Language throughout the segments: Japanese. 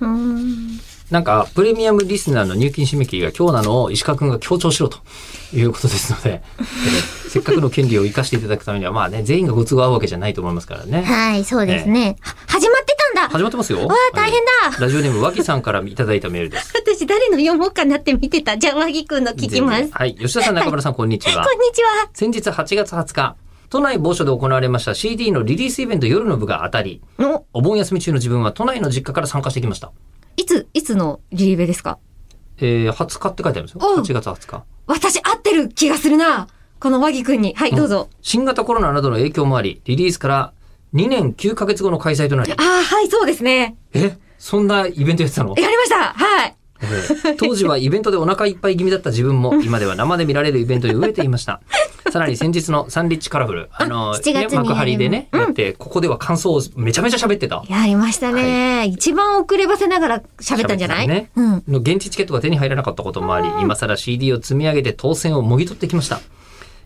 うんなんか、プレミアムリスナーの入金締め切りが今日なのを石川くんが強調しろということですので、えーせっかくの権利を生かしていただくためには、まあね、全員がご都合合うわけじゃないと思いますからね。はい、そうですね。は始まってたんだ始まってますよ。わあ大変だはいラジオネーム、和木さんからいただいたメールです。私誰の読もうかなって見てた。じゃあ、和木くんの聞きま全す。こんに然はい。吉田さん、中村さん、こんにちは。ちは。先日8月20日、都内某所で行われました CD のリリースイベント夜の部が当たり、の、お盆休み中の自分は都内の実家から参加してきました。いつ、いつのリリベですかえー、20日って書いてあるんですよ。うん8月20日。私合ってる気がするな。この和木くんに。はい、どうぞ。新型コロナなどの影響もあり、リリースから2年9ヶ月後の開催となり、ああ、はい、そうですね。えそんなイベントやってたの、やりました。はい。えー当時はイベントでお腹いっぱい気味だった自分も、今では生で見られるイベントに飢えていま した。さらに先日のサンリッチカラフル、あの、 7月にね、やる幕張でね、やって、ここでは感想をめちゃめちゃ喋ってた。やりましたね。一番遅ればせながら喋ったんじゃない、喋ってたうん。の現地チケットが手に入らなかったこともあり、今更 CD を積み上げて当選をもぎ取ってきました。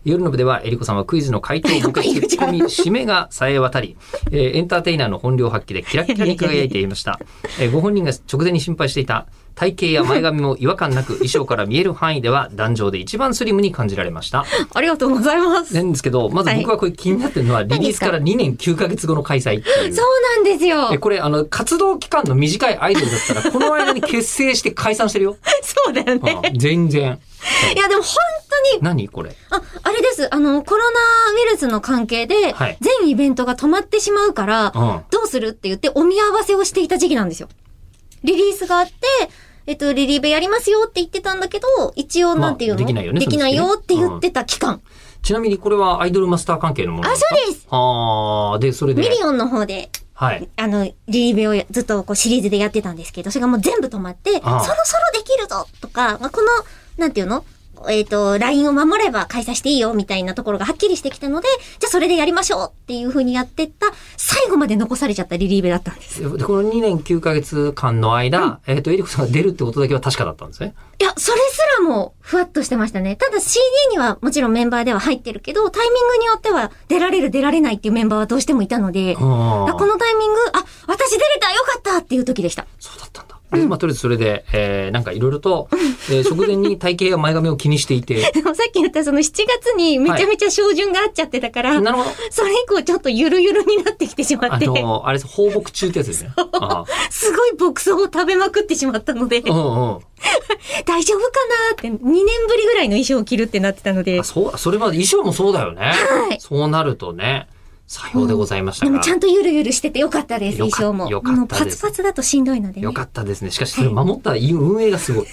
夜の部では、えりこさんはクイズの回答、ボケ、ツッコミ、締めがさえ渡り、えーエンターテイナーの本領発揮でキラッキラに輝いていました。えーご本人が直前に心配していた、体型や前髪も違和感なく、衣装から見える範囲では、壇上で一番スリムに感じられました。ありがとうございます。なんですけど、まず僕はこれ気になってるのは、リリースから2年9ヶ月後の開催っていう。そうなんですよ。え、これ、あの、活動期間の短いアイドルだった ら、この間に結成して解散してるよ。そうだよね。あ全然。いや、でも本当に、何これ。あ、あれです。あの、コロナウイルスの関係で、はい全イベントが止まってしまうから、うんどうするって言って、お見合わせをしていた時期なんですよ。リリースがあって、えっと、リリーベやりますよって言ってたんだけど、一応、まあなんていうの、できないよねできないよって言ってた期間。ちなみにこれはアイドルマスター関係のものあ、ですかそうです。あーで、それミで。リオンの方で、はい。あの、リリーベをやずっとこうシリーズでやってたんですけど、それがもう全部止まって、そろああそろできるぞとか、まあこの、なんていうのえっ、と、LINE を守れば開催していいよみたいなところがはっきりしてきたので、じゃあそれでやりましょうっていう風にやってった、最後まで残されちゃったリリーベだったんです。でこの2年9ヶ月間の間、えっ、と、エリコさんが出るってことだけは確かだったんですね。いや、それすらもふわっとしてましたね。ただ CD にはもちろんメンバーでは入ってるけど、タイミングによっては出られる出られないっていうメンバーはどうしてもいたので、うこん。のタイミング、あ、私出れたよかったっていう時でした。そうだったんだ。で、まあ、とりあえずそれで、えー、なんかいろいろと、えー、直前に体型や前髪を気にしてい て、でもさっき言ったその7月にめちゃめちゃ照準が合っちゃってたから、なるほど。それ以降ちょっとゆるゆるになってきてしまあって、のー、あれです、放牧中ってやつですね。あすごい牧草を食べまくってしまったのでー、うんうん。大丈夫かなって2年ぶりぐらいの衣装を着るってなってたのであ、、そう、それまで衣装もそうだよね。はいそうなるとね、さようでございましたでが。もちゃんとゆるゆるしててよかったです、よ衣か装も。よかったですあのパツパツだとしんどいのでね。よかったですね。しかし、それ守った運営がすごい。